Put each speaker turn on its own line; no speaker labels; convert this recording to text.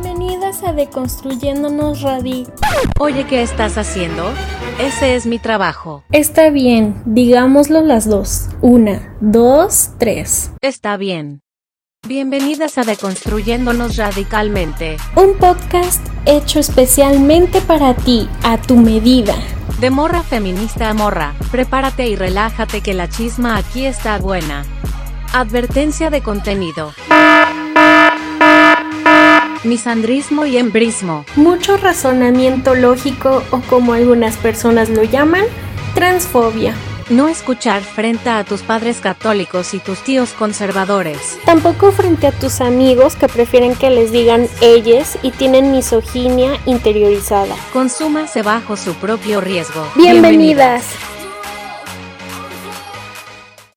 Bienvenidas a Deconstruyéndonos Radí.
Oye, ¿qué estás haciendo? Ese es mi trabajo.
Está bien, digámoslo las dos. Una, dos, tres.
Está bien. Bienvenidas a Deconstruyéndonos Radicalmente.
Un podcast hecho especialmente para ti, a tu medida.
De morra feminista a morra, prepárate y relájate que la chisma aquí está buena. Advertencia de contenido. Misandrismo y embrismo.
Mucho razonamiento lógico o como algunas personas lo llaman, transfobia.
No escuchar frente a tus padres católicos y tus tíos conservadores.
Tampoco frente a tus amigos que prefieren que les digan ellas y tienen misoginia interiorizada.
Consúmase bajo su propio riesgo.
Bienvenidas.